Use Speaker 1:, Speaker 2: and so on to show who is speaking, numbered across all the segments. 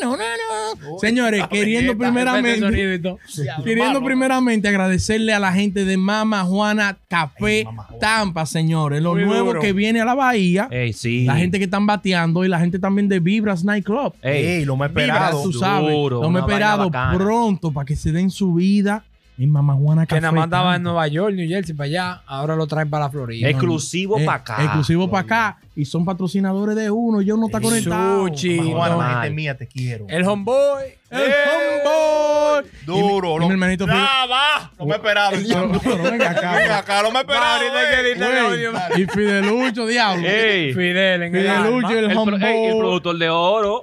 Speaker 1: No, no, no.
Speaker 2: Ah,
Speaker 1: Señores,
Speaker 3: eh,
Speaker 1: queriendo primeramente, queriendo primeramente agradecerle a la gente de Mama Juana Café Tampa, señores. Lo
Speaker 3: Muy
Speaker 1: nuevo
Speaker 3: duro.
Speaker 1: que viene a la bahía,
Speaker 4: Ey, sí.
Speaker 1: la gente que están bateando y la gente también de Vibras Nightclub.
Speaker 4: Ey,
Speaker 5: Ey, lo más
Speaker 1: Vibras,
Speaker 5: esperado.
Speaker 1: tú sabes.
Speaker 4: Duro,
Speaker 1: lo me
Speaker 4: una
Speaker 1: he esperado
Speaker 4: vaina bacana.
Speaker 1: pronto para que se den su vida en Mama Juana Café.
Speaker 3: Que nada más estaba en
Speaker 1: Tampa.
Speaker 3: Nueva York, New Jersey, para allá. Ahora lo traen para la Florida.
Speaker 4: exclusivo
Speaker 1: Eh,
Speaker 4: para acá.
Speaker 1: Exclusivo para acá. Y son patrocinadores de uno. Yo no está
Speaker 4: Ey,
Speaker 1: conectado.
Speaker 3: sushi.
Speaker 5: Juana,
Speaker 4: no.
Speaker 5: gente mía, te quiero.
Speaker 3: El homeboy. Eh,
Speaker 1: El homeboy.
Speaker 5: Duro,
Speaker 1: Y mi- y
Speaker 5: lo-
Speaker 1: mi hermanito Fidel-
Speaker 5: Ah, va. Lo más esperado.
Speaker 1: Pero, pero venga acá,
Speaker 5: Venga acá, lo más esperado.
Speaker 3: Ahorita hay que
Speaker 5: ey.
Speaker 3: editar el
Speaker 1: güey.
Speaker 3: audio.
Speaker 1: Y Fidelucho, diablo.
Speaker 4: Ey,
Speaker 3: Fidel, en el alma.
Speaker 1: Fidelucho, el,
Speaker 4: el, pro-
Speaker 1: homeboy.
Speaker 4: ey, el productor de oro.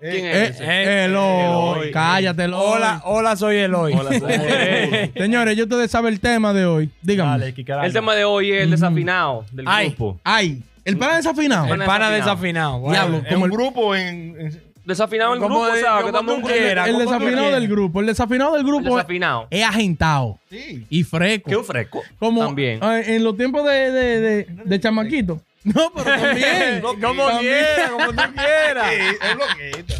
Speaker 4: ¿Quién
Speaker 1: Eh,
Speaker 4: es? ese?
Speaker 1: eh, Eloy.
Speaker 4: Eloy.
Speaker 1: Cállate, Eloy.
Speaker 3: Hola, hola, soy Eloy.
Speaker 4: Ey.
Speaker 1: Señores, yo ustedes saben el tema de hoy. Díganme.
Speaker 5: Dale, Kike, dale.
Speaker 4: El tema de hoy es el
Speaker 1: Mm.
Speaker 4: desafinado del
Speaker 3: Ay.
Speaker 4: grupo.
Speaker 1: Ay, el pana desafinado.
Speaker 3: El pana desafinado. Bueno,
Speaker 1: Diablo,
Speaker 5: Es
Speaker 1: como
Speaker 5: un
Speaker 1: el,
Speaker 5: grupo en. en-
Speaker 4: Desafinado el
Speaker 3: Como
Speaker 4: grupo, o
Speaker 3: de-
Speaker 4: sea,
Speaker 3: como
Speaker 4: que estamos
Speaker 3: tú
Speaker 4: un
Speaker 3: quieras.
Speaker 4: grupo.
Speaker 1: el
Speaker 3: como tú
Speaker 1: desafinado
Speaker 3: quieres.
Speaker 1: del grupo. El desafinado del
Speaker 4: El
Speaker 1: grupo
Speaker 4: desafinado.
Speaker 1: es agentado
Speaker 5: Sí.
Speaker 1: y fresco.
Speaker 4: Qué fresco.
Speaker 1: como
Speaker 4: También.
Speaker 1: eh, en los tiempos de, de, de, de chamaquito. No, pero también.
Speaker 3: Como
Speaker 1: También.
Speaker 3: quieras, como tú quieras.
Speaker 5: Ey, es bloqueito.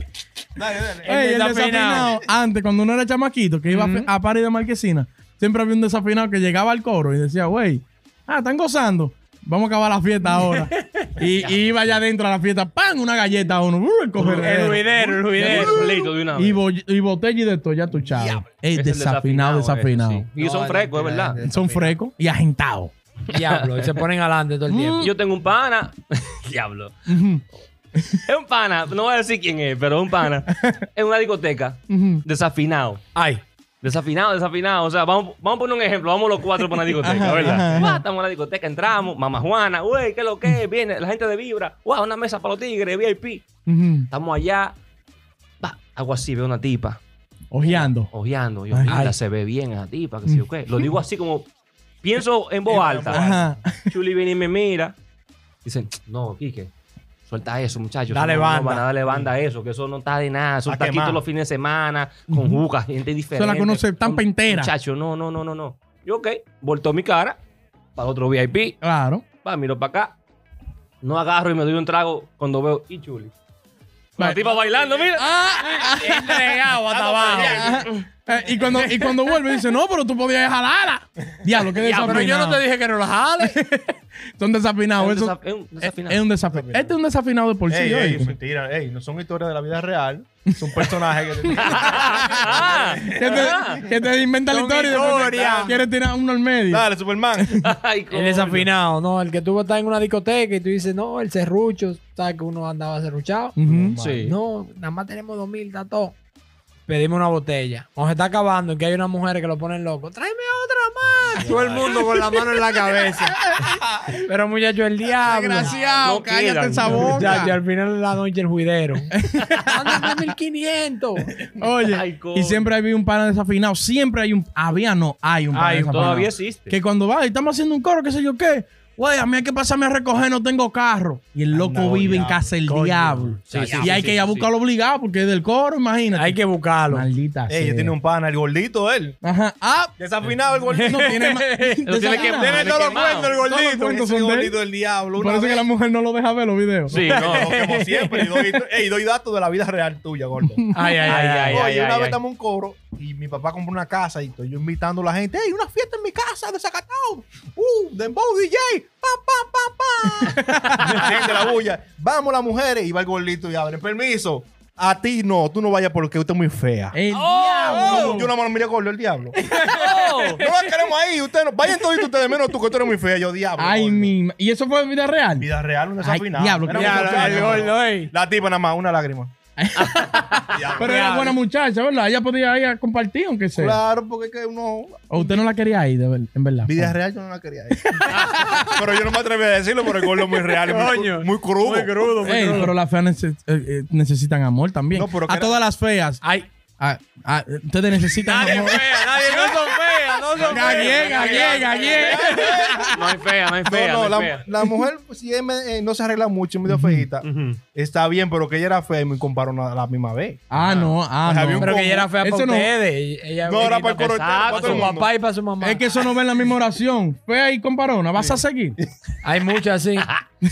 Speaker 5: Dale, dale.
Speaker 3: El
Speaker 1: Ey, el
Speaker 3: desafinado.
Speaker 1: desafinado, antes, cuando uno era chamaquito, que iba a fe- a París de Marquesina, siempre había un desafinado que llegaba al coro y decía, güey, ah, están gozando, vamos a acabar la fiesta ahora. y, y iba allá adentro a la fiesta, ¡pam! Una galleta a uno, ¡brr! el
Speaker 3: El
Speaker 1: cogerrero.
Speaker 3: ruidero, el ruidero.
Speaker 4: Solito de una
Speaker 1: Y,
Speaker 4: vez.
Speaker 1: bo- y botella y de todo, ya tú chavo. Ey,
Speaker 4: Es el
Speaker 1: desafinado, desafinado.
Speaker 4: ese, sí. Y son
Speaker 3: No,
Speaker 4: frescos, es verdad.
Speaker 1: Son frescos y agentados.
Speaker 3: Diablo, y se ponen adelante todo el tiempo.
Speaker 4: Yo tengo un pana. Diablo.
Speaker 1: Ujú,
Speaker 4: Es un pana. No voy a decir quién es, pero es un pana. en una discoteca.
Speaker 1: ujú.
Speaker 4: Desafinado.
Speaker 3: Ay.
Speaker 4: Desafinado, desafinado. O sea, vamos, vamos a poner un ejemplo. Vamos los cuatro por una discoteca,
Speaker 1: Ajá,
Speaker 4: ¿verdad?
Speaker 1: ajá, ajá.
Speaker 4: Guau, estamos en la discoteca, entramos. Mamá Juana, güey, ¿qué es lo que es? Viene la gente de Vibra. Guau, una mesa para los tigres, VIP.
Speaker 1: Ujú.
Speaker 4: Estamos allá. Va, hago así, veo una tipa
Speaker 1: Ojeando.
Speaker 4: ojeando. Yo,
Speaker 1: Ay.
Speaker 4: mira, se ve bien esa tipa, que sé yo qué. Lo digo así como, pienso en voz alta.
Speaker 1: Ajá.
Speaker 4: Chuli viene y me mira. Dicen, no, Quique, suelta eso, muchachos.
Speaker 3: Dale
Speaker 4: Eso no- no
Speaker 3: banda.
Speaker 4: van a darle banda a eso, que eso no está de nada. Eso
Speaker 5: A
Speaker 4: está aquí
Speaker 5: quemar.
Speaker 4: todos los fines de semana, con juca, gente diferente.
Speaker 1: la conoce tan
Speaker 4: Un-
Speaker 1: pentera.
Speaker 4: Muchacho, no, no, no, no, no. Yo, ok, voltó mi cara para otro VIP,
Speaker 1: Claro.
Speaker 4: va, miro para acá. No agarro y me doy un trago cuando veo, y Chuli. La
Speaker 1: Vale.
Speaker 4: tipa bailando, mira.
Speaker 5: Ah,
Speaker 3: Entregado hasta abajo.
Speaker 1: Ajá. Eh, y, cuando, y cuando vuelve dice, no, pero tú podías jalarla. Diablo, qué
Speaker 3: Ya,
Speaker 1: desafinado.
Speaker 3: pero yo no te dije que no lo jale.
Speaker 1: Son desafinados.
Speaker 4: Es un
Speaker 1: Ah, eso-
Speaker 4: desaf- es un desafinado.
Speaker 1: Es un desafinado. Este es un desafinado de por sí.
Speaker 5: Ey, ey,
Speaker 1: oye.
Speaker 5: mentira. Ey, no son historias de la vida real. Son personajes que.
Speaker 4: Ah,
Speaker 1: que, te, que te inventa la
Speaker 3: Son
Speaker 1: historia y después
Speaker 3: historias.
Speaker 1: quieres tirar uno al medio.
Speaker 5: Dale, Superman.
Speaker 4: Ay,
Speaker 3: El
Speaker 4: coño.
Speaker 3: desafinado, no. El que tú estás en una discoteca y tú dices, no, el serrucho, sabes que uno andaba serruchado.
Speaker 1: Ujú.
Speaker 4: Sí.
Speaker 3: No, nada más tenemos dos mil, está todo. Pedimos una botella. Nos está acabando y que hay unas mujeres que lo ponen loco. ¡Tráeme otra más! Todo el mundo con la mano en la cabeza. Pero muchacho, el diablo.
Speaker 1: Desgraciado,
Speaker 4: No
Speaker 1: cállate
Speaker 4: quieran.
Speaker 1: esa boca.
Speaker 3: Muchacho, al final de la noche el juidero. ¡Anda, 1500!
Speaker 1: Oye,
Speaker 4: Ay, coño.
Speaker 1: y siempre había un pana desafinado. Siempre hay un. Había, no, hay un pana
Speaker 3: Hay,
Speaker 1: desafinado.
Speaker 4: Todavía existe.
Speaker 1: Que cuando va, estamos haciendo un coro, qué sé yo qué. Güey, a mí hay que pasarme a recoger, no tengo carro. Y el loco
Speaker 5: Anda,
Speaker 1: vive en
Speaker 5: diablo,
Speaker 1: casa del
Speaker 3: coño.
Speaker 1: diablo.
Speaker 4: Sí, sí,
Speaker 1: y
Speaker 4: sí,
Speaker 1: hay
Speaker 4: sí,
Speaker 1: que ir a
Speaker 4: sí.
Speaker 1: buscarlo obligado porque es del coro, imagínate.
Speaker 3: Hay que buscarlo.
Speaker 1: Maldita
Speaker 5: Ey, yo
Speaker 1: sea.
Speaker 5: tiene un pana, el gordito, él.
Speaker 1: Ajá. Ah,
Speaker 5: Desafinado el gordito.
Speaker 1: no tiene más.
Speaker 4: Lo tiene que-
Speaker 5: Tiene
Speaker 1: Desafinado.
Speaker 4: Tiene
Speaker 5: todos los
Speaker 4: quemado.
Speaker 5: cuentos el
Speaker 1: Todos los
Speaker 5: gordito.
Speaker 1: cuentos
Speaker 5: Ese
Speaker 1: son de él.
Speaker 5: gordito del diablo. una
Speaker 1: Parece que
Speaker 5: vez.
Speaker 1: la mujer no lo deja ver los videos.
Speaker 4: Sí, no.
Speaker 5: No, como siempre. Y doy, ey, doy datos de la vida real tuya, gordo.
Speaker 3: Ay, ay, ay, ay.
Speaker 4: Ay, ay,
Speaker 5: Oye, una vez
Speaker 4: ay, ay.
Speaker 5: estamos en un coro y mi papá compró una casa y estoy yo invitando a la gente. ¡Ey, una fiesta en mi casa! ¡Desacatado! ¡Uh! ¡Dembow DJ! ¡Pa, pa, pa, pa! Enciende la bulla. Vamos las mujeres. Y va el gordito y abre. Permiso. A ti no. Tú no vayas porque usted es muy fea.
Speaker 1: El
Speaker 5: Oh,
Speaker 1: diablo.
Speaker 5: yo no me lo miré gordo el diablo.
Speaker 4: Oh.
Speaker 5: No la queremos ahí. Ustedes no. Vayan todos ustedes menos tú que tú eres muy fea. Yo, diablo.
Speaker 1: Ay,
Speaker 5: gordo.
Speaker 1: mi. ma- ¿Y eso fue en vida real?
Speaker 5: Vida real, un
Speaker 1: Ay,
Speaker 5: desafinado.
Speaker 1: diablo,
Speaker 5: Era
Speaker 1: qué
Speaker 5: una
Speaker 3: Ya,
Speaker 1: diablo,
Speaker 5: muchacha,
Speaker 3: el gordo, ey.
Speaker 5: La tipa nada más, una lágrima. Diablo.
Speaker 1: Pero era buena muchacha, ¿verdad? Ella podía ir a compartir, aunque sea.
Speaker 5: Claro, porque es que uno.
Speaker 1: O usted no la quería ir, de ver- en verdad.
Speaker 5: Vida real yo no la quería ir. pero yo no me atreví a decirlo porque el gordo es muy real, y muy,
Speaker 3: Coño.
Speaker 5: muy crudo.
Speaker 3: Muy crudo, muy
Speaker 1: Ey,
Speaker 3: crudo.
Speaker 1: pero las feas nece- eh, eh, necesitan amor también.
Speaker 5: No, pero que
Speaker 1: a
Speaker 5: era-
Speaker 1: todas las feas.
Speaker 3: Ay.
Speaker 1: a- a- ustedes necesitan amor.
Speaker 3: fea, nadie, no son feas, no aplauso.
Speaker 1: Gagué, gagué, gagué.
Speaker 4: No hay fea, no hay fea.
Speaker 5: no, no,
Speaker 4: hay
Speaker 5: la,
Speaker 4: fea.
Speaker 5: la mujer si es me- eh, no se arregla mucho, es medio feita.
Speaker 4: Ujú.
Speaker 5: Está bien, pero que ella era fea y me compararon a la misma vez.
Speaker 1: Ah, no, ah,
Speaker 5: Pues
Speaker 1: no.
Speaker 5: había un
Speaker 3: Pero que ella era fea
Speaker 1: Eso
Speaker 3: para
Speaker 1: no.
Speaker 3: ustedes. Ella
Speaker 5: No, era para el
Speaker 3: para
Speaker 5: coro entero, para
Speaker 4: Exacto,
Speaker 5: todo el
Speaker 3: su
Speaker 5: mundo.
Speaker 3: papá y para su mamá.
Speaker 1: Es que eso no ve en la misma oración. Fea y comparona, vas a seguir.
Speaker 3: Hay muchas así.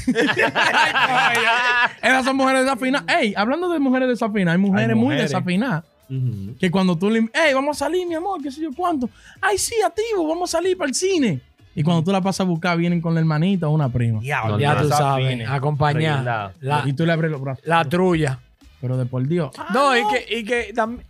Speaker 1: Esas son mujeres desafinadas. Ey, hablando de mujeres desafinadas, hay mujeres,
Speaker 5: Hay
Speaker 1: muy
Speaker 5: mujeres.
Speaker 1: desafinadas.
Speaker 4: Ujú.
Speaker 1: Que cuando tú le... Ey, vamos a salir, mi amor, qué sé yo cuánto. Ay, sí, activo, vamos a salir para el cine. Y cuando tú la pasas a buscar, vienen con la hermanita o una prima.
Speaker 4: No,
Speaker 3: ya
Speaker 4: no,
Speaker 3: tú
Speaker 4: esa
Speaker 3: sabes.
Speaker 4: fine.
Speaker 3: Acompañar.
Speaker 4: Reguindado.
Speaker 3: La,
Speaker 1: Y tú le abres los brazos.
Speaker 3: la trulla.
Speaker 1: Pero de por Dios.
Speaker 3: No, y que, y que también.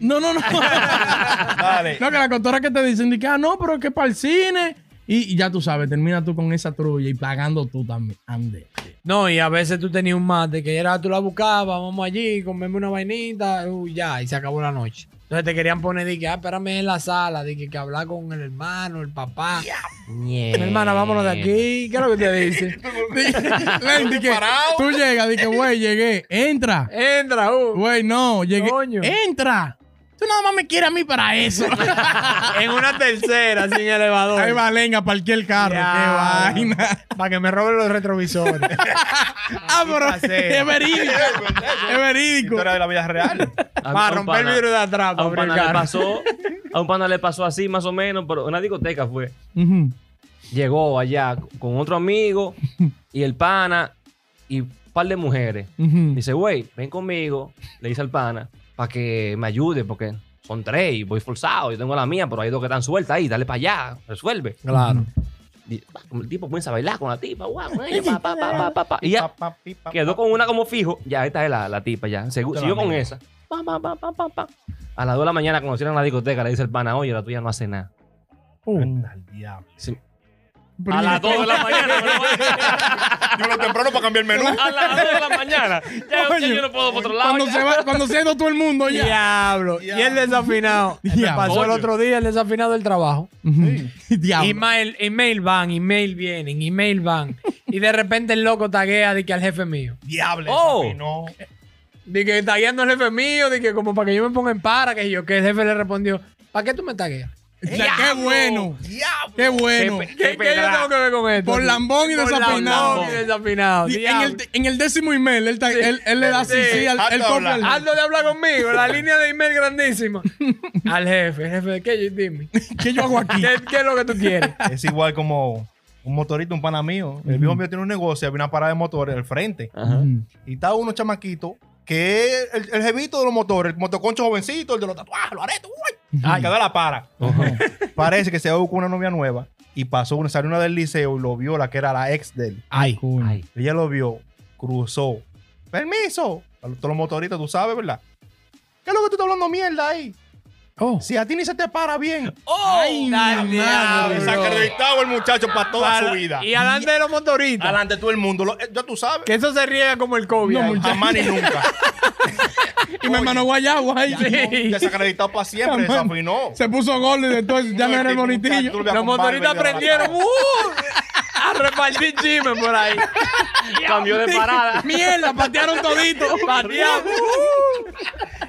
Speaker 1: No, no, no.
Speaker 5: Dale.
Speaker 1: no, que la cotora que te dicen, de que, ah, no, pero que para el cine. Y, y ya tú sabes, termina tú con esa trulla y pagando tú también. Ande.
Speaker 3: No, y a veces tú tenías un mate que era tú la buscabas, vamos allí, comemos una vainita, uy, ya, y se acabó la noche. Entonces te querían poner, de que, ah, espérame en la sala, de que, que hablar con el hermano, el papá. Mi hermana, vámonos de aquí. ¿Qué es lo que te dice?
Speaker 1: Ven, di que tú llegas, di que, güey, llegué. Entra.
Speaker 3: Entra, uh.
Speaker 1: Güey, no, llegué.
Speaker 3: Coño.
Speaker 1: Entra. Tú nada más me quieres a mí para eso.
Speaker 3: En una tercera, sin elevador.
Speaker 1: Ahí va Lenga, parqué el carro.
Speaker 3: Ya.
Speaker 1: Qué vaina.
Speaker 3: Para que me roben los retrovisores.
Speaker 1: Ah, pero es verídico. es verídico.
Speaker 5: Historia de la vida real.
Speaker 4: A- a
Speaker 3: Para
Speaker 4: un
Speaker 3: romper el
Speaker 4: pana-
Speaker 3: vidrio de atrás,
Speaker 4: A
Speaker 3: para
Speaker 4: un
Speaker 3: abrir el
Speaker 4: pana le
Speaker 3: carro.
Speaker 4: pasó, a un pana le pasó así más o menos, pero una discoteca fue.
Speaker 1: Ujú.
Speaker 4: Llegó allá con otro amigo y el pana y un par de mujeres.
Speaker 1: Ujú.
Speaker 4: Dice, güey, ven conmigo, le dice al pana, para que me ayude, porque son tres y voy forzado. Yo tengo la mía, pero hay dos que están sueltas ahí, dale para allá, resuelve.
Speaker 3: Claro.
Speaker 4: Y, pa, el tipo comienza a bailar con la tipa, guau, con ella, pa, pa, pa, pa, pa, pa. Y ya,
Speaker 5: Pa, pa, pi, pa,
Speaker 4: Quedó
Speaker 5: pa.
Speaker 4: con una como fijo. Ya, esta es la, la tipa, ya. Se-
Speaker 5: Esta es
Speaker 4: siguió
Speaker 5: la
Speaker 4: con
Speaker 5: mía.
Speaker 4: esa. Pa, pa, pa, pa, pa, pa. A las 2 de la mañana, cuando cierran la discoteca, le dice el pana, oye, la tuya no hace nada.
Speaker 5: Anda al diablo.
Speaker 4: Sí. A las 2 de la mañana, me lo
Speaker 5: Yo lo temprano para cambiar el menú.
Speaker 4: voy a- A las 2 de la mañana. Ya, ya yo no puedo por otro lado.
Speaker 1: Cuando
Speaker 4: ya.
Speaker 1: se va, cuando se ha ido todo el mundo ya.
Speaker 3: Diablo. Y el desafinado. Me
Speaker 1: Diablo.
Speaker 3: pasó el otro día el desafinado del trabajo.
Speaker 1: Ujú. Diablo.
Speaker 3: Email, email van, email vienen, email van. y de repente el loco taguea de que al jefe mío.
Speaker 5: Diablo.
Speaker 4: Oh.
Speaker 5: papi, no.
Speaker 3: De que tagueando al jefe mío, de que como para que yo me ponga en para, que yo, que el jefe le respondió, ¿para qué tú me tagueas?
Speaker 1: O sea, qué bueno. Qué bueno.
Speaker 4: Qué
Speaker 3: ¿Qué,
Speaker 4: pe-
Speaker 3: qué yo
Speaker 4: pedrada.
Speaker 3: tengo que ver con esto?
Speaker 1: Por lambón y
Speaker 3: Por
Speaker 1: desafinado.
Speaker 3: lambón y desafinado.
Speaker 1: Di- En el,
Speaker 3: diablo.
Speaker 1: en el décimo email, él, ta- él- él le da sí,
Speaker 3: Sí.
Speaker 1: sí, al-
Speaker 5: Harto
Speaker 1: él
Speaker 5: de
Speaker 1: copia
Speaker 5: hablar.
Speaker 1: el-
Speaker 3: Hazlo de hablar conmigo, la línea de email grandísima. al jefe, jefe, ¿qué yo dime?
Speaker 1: ¿Qué yo hago aquí?
Speaker 3: ¿Qué, qué es lo que tú quieres?
Speaker 5: Es igual como un motorista, un pana mío. El viejo mío tiene un negocio, había una parada de motores al frente.
Speaker 4: Ajá.
Speaker 5: Y estaba uno chamaquito que es el, el jevito de los motores, el motoconcho jovencito, el de los tatuajes, los aretes, uy. Ah, que da la para. Parece que se va con una novia nueva y pasó, una, salió una del liceo y lo vio, la que era la ex de él.
Speaker 1: Ay.
Speaker 4: Ay.
Speaker 5: Ella lo vio, cruzó. ¡Permiso! A los- Todos los motoristas, tú sabes, ¿verdad? ¿Qué es lo que tú estás hablando mierda ahí?
Speaker 3: Oh.
Speaker 5: Si a ti ni se te para bien.
Speaker 1: Ay, mi madre.
Speaker 5: Desacreditado el muchacho para toda
Speaker 3: Para-
Speaker 5: su vida.
Speaker 3: Y adelante de los motoristas.
Speaker 5: Adelante todo el mundo. lo- eh, ya tú sabes.
Speaker 3: Que eso se riega como el COVID.
Speaker 1: No,
Speaker 3: ahí.
Speaker 1: muchacho.
Speaker 5: Jamás ni nunca.
Speaker 1: Y mi hermano Guayabo ahí.
Speaker 3: Sí.
Speaker 5: Desacreditado para siempre.
Speaker 1: Jamás.
Speaker 5: Desafinó.
Speaker 1: Se puso gordo y entonces ya no era el bonitillo.
Speaker 3: Los motoristas aprendieron ¡uh! a repartir chimes por ahí.
Speaker 4: Cambió de parada.
Speaker 1: Mierda, patearon todito.
Speaker 3: Patearon.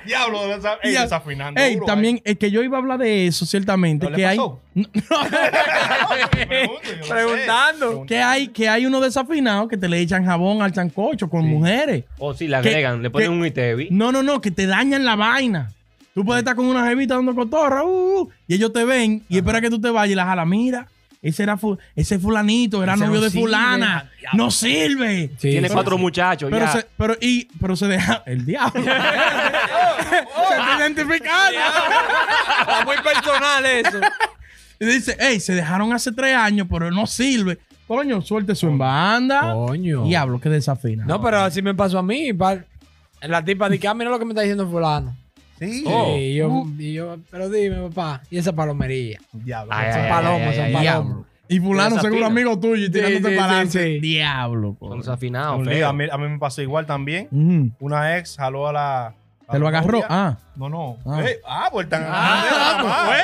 Speaker 5: Diablo, desa- ey,
Speaker 1: Ya.
Speaker 5: desafinando.
Speaker 1: Ey,
Speaker 5: duro, eh.
Speaker 1: también es que yo iba a hablar de eso, ciertamente.
Speaker 5: ¿No le
Speaker 1: que hay.
Speaker 5: pasó?
Speaker 1: No,
Speaker 5: eh. Pregunto, yo no sé.
Speaker 3: Preguntando.
Speaker 1: que hay, que hay uno desafinado que te le echan jabón al chancocho con mujeres.
Speaker 4: O si le
Speaker 1: ¿Qué-
Speaker 4: agregan, le ponen
Speaker 1: qué-
Speaker 4: un ITV.
Speaker 1: No, no, no, que te dañan la vaina. Tú puedes estar con una jevita dando cotorra, uh, uh, y ellos te ven y espera que tú te vayas y la jala. Mira, ese era fu- ese fulanito, era
Speaker 3: Ese
Speaker 1: novio
Speaker 3: no
Speaker 1: de
Speaker 3: sirve.
Speaker 1: fulana. No sirve.
Speaker 4: Tiene cuatro muchachos
Speaker 1: Pero
Speaker 4: ya.
Speaker 1: se, pero, y, pero se deja. El diablo. se está identificando.
Speaker 3: Está muy personal eso.
Speaker 1: Y dice, hey, se dejaron hace tres años, pero no sirve. Coño, suelte su en banda.
Speaker 3: Coño.
Speaker 1: Diablo, que desafina.
Speaker 3: No, pero así me pasó a mí. par- La tipa dice, ah, mira lo que me está diciendo fulano. Uh.
Speaker 5: Sí.
Speaker 4: Oh.
Speaker 3: Y, yo, y yo, pero dime, papá. Y esa palomerilla.
Speaker 5: Diablo. esa-
Speaker 4: Ay, ay,
Speaker 3: Son
Speaker 4: ay,
Speaker 3: palomos,
Speaker 4: ay,
Speaker 3: son
Speaker 4: ay,
Speaker 3: palomos.
Speaker 1: Y fulano,
Speaker 4: Desafina.
Speaker 1: seguro amigo tuyo, y tirándote
Speaker 3: sí,
Speaker 1: para
Speaker 3: sí,
Speaker 1: adelante.
Speaker 3: sí.
Speaker 1: Diablo, coño.
Speaker 4: Son desafinados,
Speaker 5: Un
Speaker 4: feo.
Speaker 5: lío, a, mí, a mí me pasó igual también.
Speaker 1: Ujú.
Speaker 5: Una ex jaló a la. a
Speaker 1: Te lo
Speaker 5: la
Speaker 1: agarró.
Speaker 5: novia.
Speaker 1: Ah.
Speaker 5: No, no.
Speaker 1: Ah.
Speaker 5: Eh, ah, pues tan.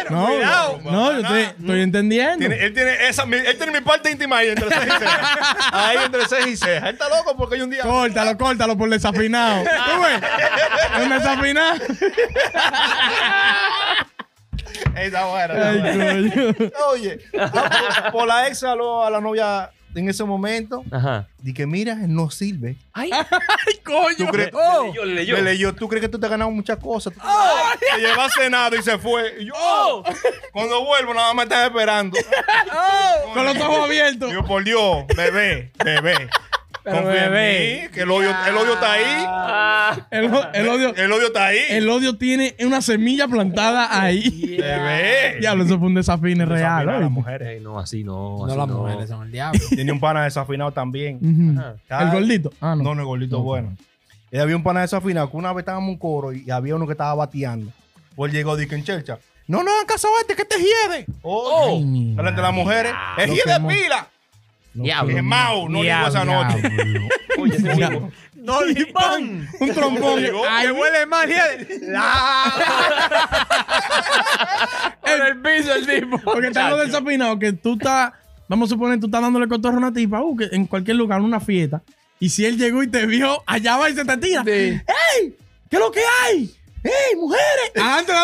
Speaker 1: No, no, yo te- estoy entendiendo.
Speaker 5: Tiene- él, tiene esa, mi- él tiene mi parte íntima ahí entre cejas y cejas. ahí entre cejas y cejas. Él está loco porque hay un día.
Speaker 1: Córtalo, córtalo por desafinado. ¿Tú ves? Es un desafinado.
Speaker 5: Esa buena.
Speaker 1: Ay, coño.
Speaker 5: Oye, ah, por- por la ex habló a la novia en ese momento.
Speaker 4: Ajá.
Speaker 5: Di que mira, no sirve.
Speaker 4: Ay,
Speaker 5: ¿Tú crees?
Speaker 3: Oh.
Speaker 4: le leyó, le leyó.
Speaker 5: Me leyó, tú crees que tú te has ganado muchas cosas. Tú- Te llevas cenado y se fue. Y yo,
Speaker 4: Oh.
Speaker 5: cuando vuelvo, nada más me estás esperando.
Speaker 4: ¡Oh!
Speaker 1: Con los ojos abiertos.
Speaker 5: Digo, por Dios, bebé, bebé.
Speaker 3: Pero
Speaker 5: Confía en
Speaker 3: bebé.
Speaker 5: mí, que el odio, el odio está ahí.
Speaker 4: Ah,
Speaker 1: El, o- el odio,
Speaker 5: El odio está ahí.
Speaker 1: el odio tiene una semilla plantada ahí.
Speaker 5: Bebé.
Speaker 1: Diablo, eso fue un desafío real.
Speaker 5: Desafinar a las
Speaker 1: oye.
Speaker 5: mujeres.
Speaker 4: ey, no, así no.
Speaker 3: No
Speaker 4: así
Speaker 3: las
Speaker 4: no.
Speaker 3: mujeres son el diablo.
Speaker 5: Tenía un pana desafinado también.
Speaker 1: Ujú.
Speaker 4: Ajá.
Speaker 1: El gordito. Ah, no.
Speaker 5: No, no, el gordito
Speaker 1: No.
Speaker 5: bueno. Y había un pana desafinado que una vez estábamos en un coro y había uno que estaba bateando. Pues llegó Dick en Chelcha. No, no hagan caso a este, que te hiede.
Speaker 1: Ay,
Speaker 5: Oh,
Speaker 1: mi
Speaker 5: delante de las mujeres.
Speaker 4: madre.
Speaker 5: Es
Speaker 1: Lo
Speaker 5: hiede
Speaker 1: quemó.
Speaker 5: pila.
Speaker 4: Diablo.
Speaker 5: Quemado, no llegó esa noche.
Speaker 4: Oye, ese
Speaker 1: Ya.
Speaker 4: mismo.
Speaker 1: Un trombón.
Speaker 5: Llegó.
Speaker 1: Ay,
Speaker 3: huele mal, En el piso el tipo.
Speaker 1: Porque están los desafinados que tú estás, vamos a suponer, tú estás dándole cotorro a una tipa, uh, que en cualquier lugar, en una fiesta. Y si él llegó y te vio, allá va y se te tira.
Speaker 3: Sí.
Speaker 1: ¡Ey! ¿Qué es lo que hay? ¡Ey, mujeres! Antes,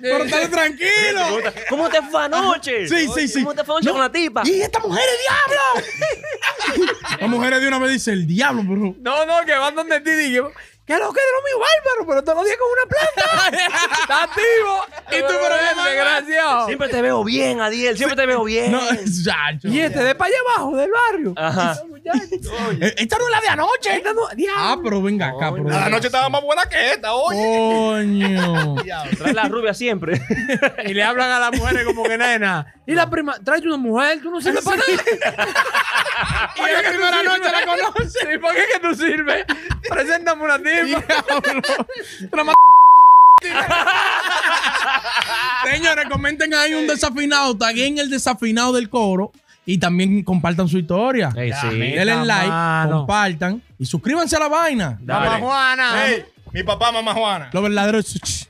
Speaker 1: pero estate tranquilo.
Speaker 4: ¿Cómo te fue anoche?
Speaker 1: Sí, sí,
Speaker 4: Oye,
Speaker 1: sí.
Speaker 4: ¿Cómo te fue anoche
Speaker 1: No.
Speaker 4: con la tipa?
Speaker 1: ¡Y esta mujer es diablo! Las mujeres de una vez dicen, el diablo, bro.
Speaker 3: No, no, que van donde ti digo. ¿Qué es lo que es mi bárbaro? Pero todos los días con una planta. Está activo. Y tú, pero bien desgraciado.
Speaker 4: Siempre te veo bien, Adiel. Siempre te veo bien.
Speaker 1: No, es chacho.
Speaker 3: Y este de para allá abajo del barrio.
Speaker 4: Ajá.
Speaker 3: Ese muchacho.
Speaker 1: Eh, Esta no es la de anoche.
Speaker 3: Esta no- diablo.
Speaker 1: Ah, pero venga acá, bro.
Speaker 5: La noche estaba más buena que esta, oye.
Speaker 1: Coño.
Speaker 4: Trae la rubia siempre.
Speaker 3: Y le hablan a las mujeres como que nena. Y la prima, tráete una mujer, tú no sirves para nada. y la primera noche la conoce. ¿Y por qué que tú sirves? Preséntame una tipa.
Speaker 1: Señores, comenten ahí un desafinado. Taguen el desafinado del coro y también compartan su historia.
Speaker 4: Ey, sí.
Speaker 1: Denle
Speaker 3: Esta
Speaker 1: like,
Speaker 3: mano.
Speaker 1: compartan y suscríbanse a la vaina.
Speaker 4: Dale.
Speaker 3: Juana.
Speaker 1: Ah.
Speaker 5: Ey, mi papá, mamá Juana.
Speaker 1: Los verdaderos.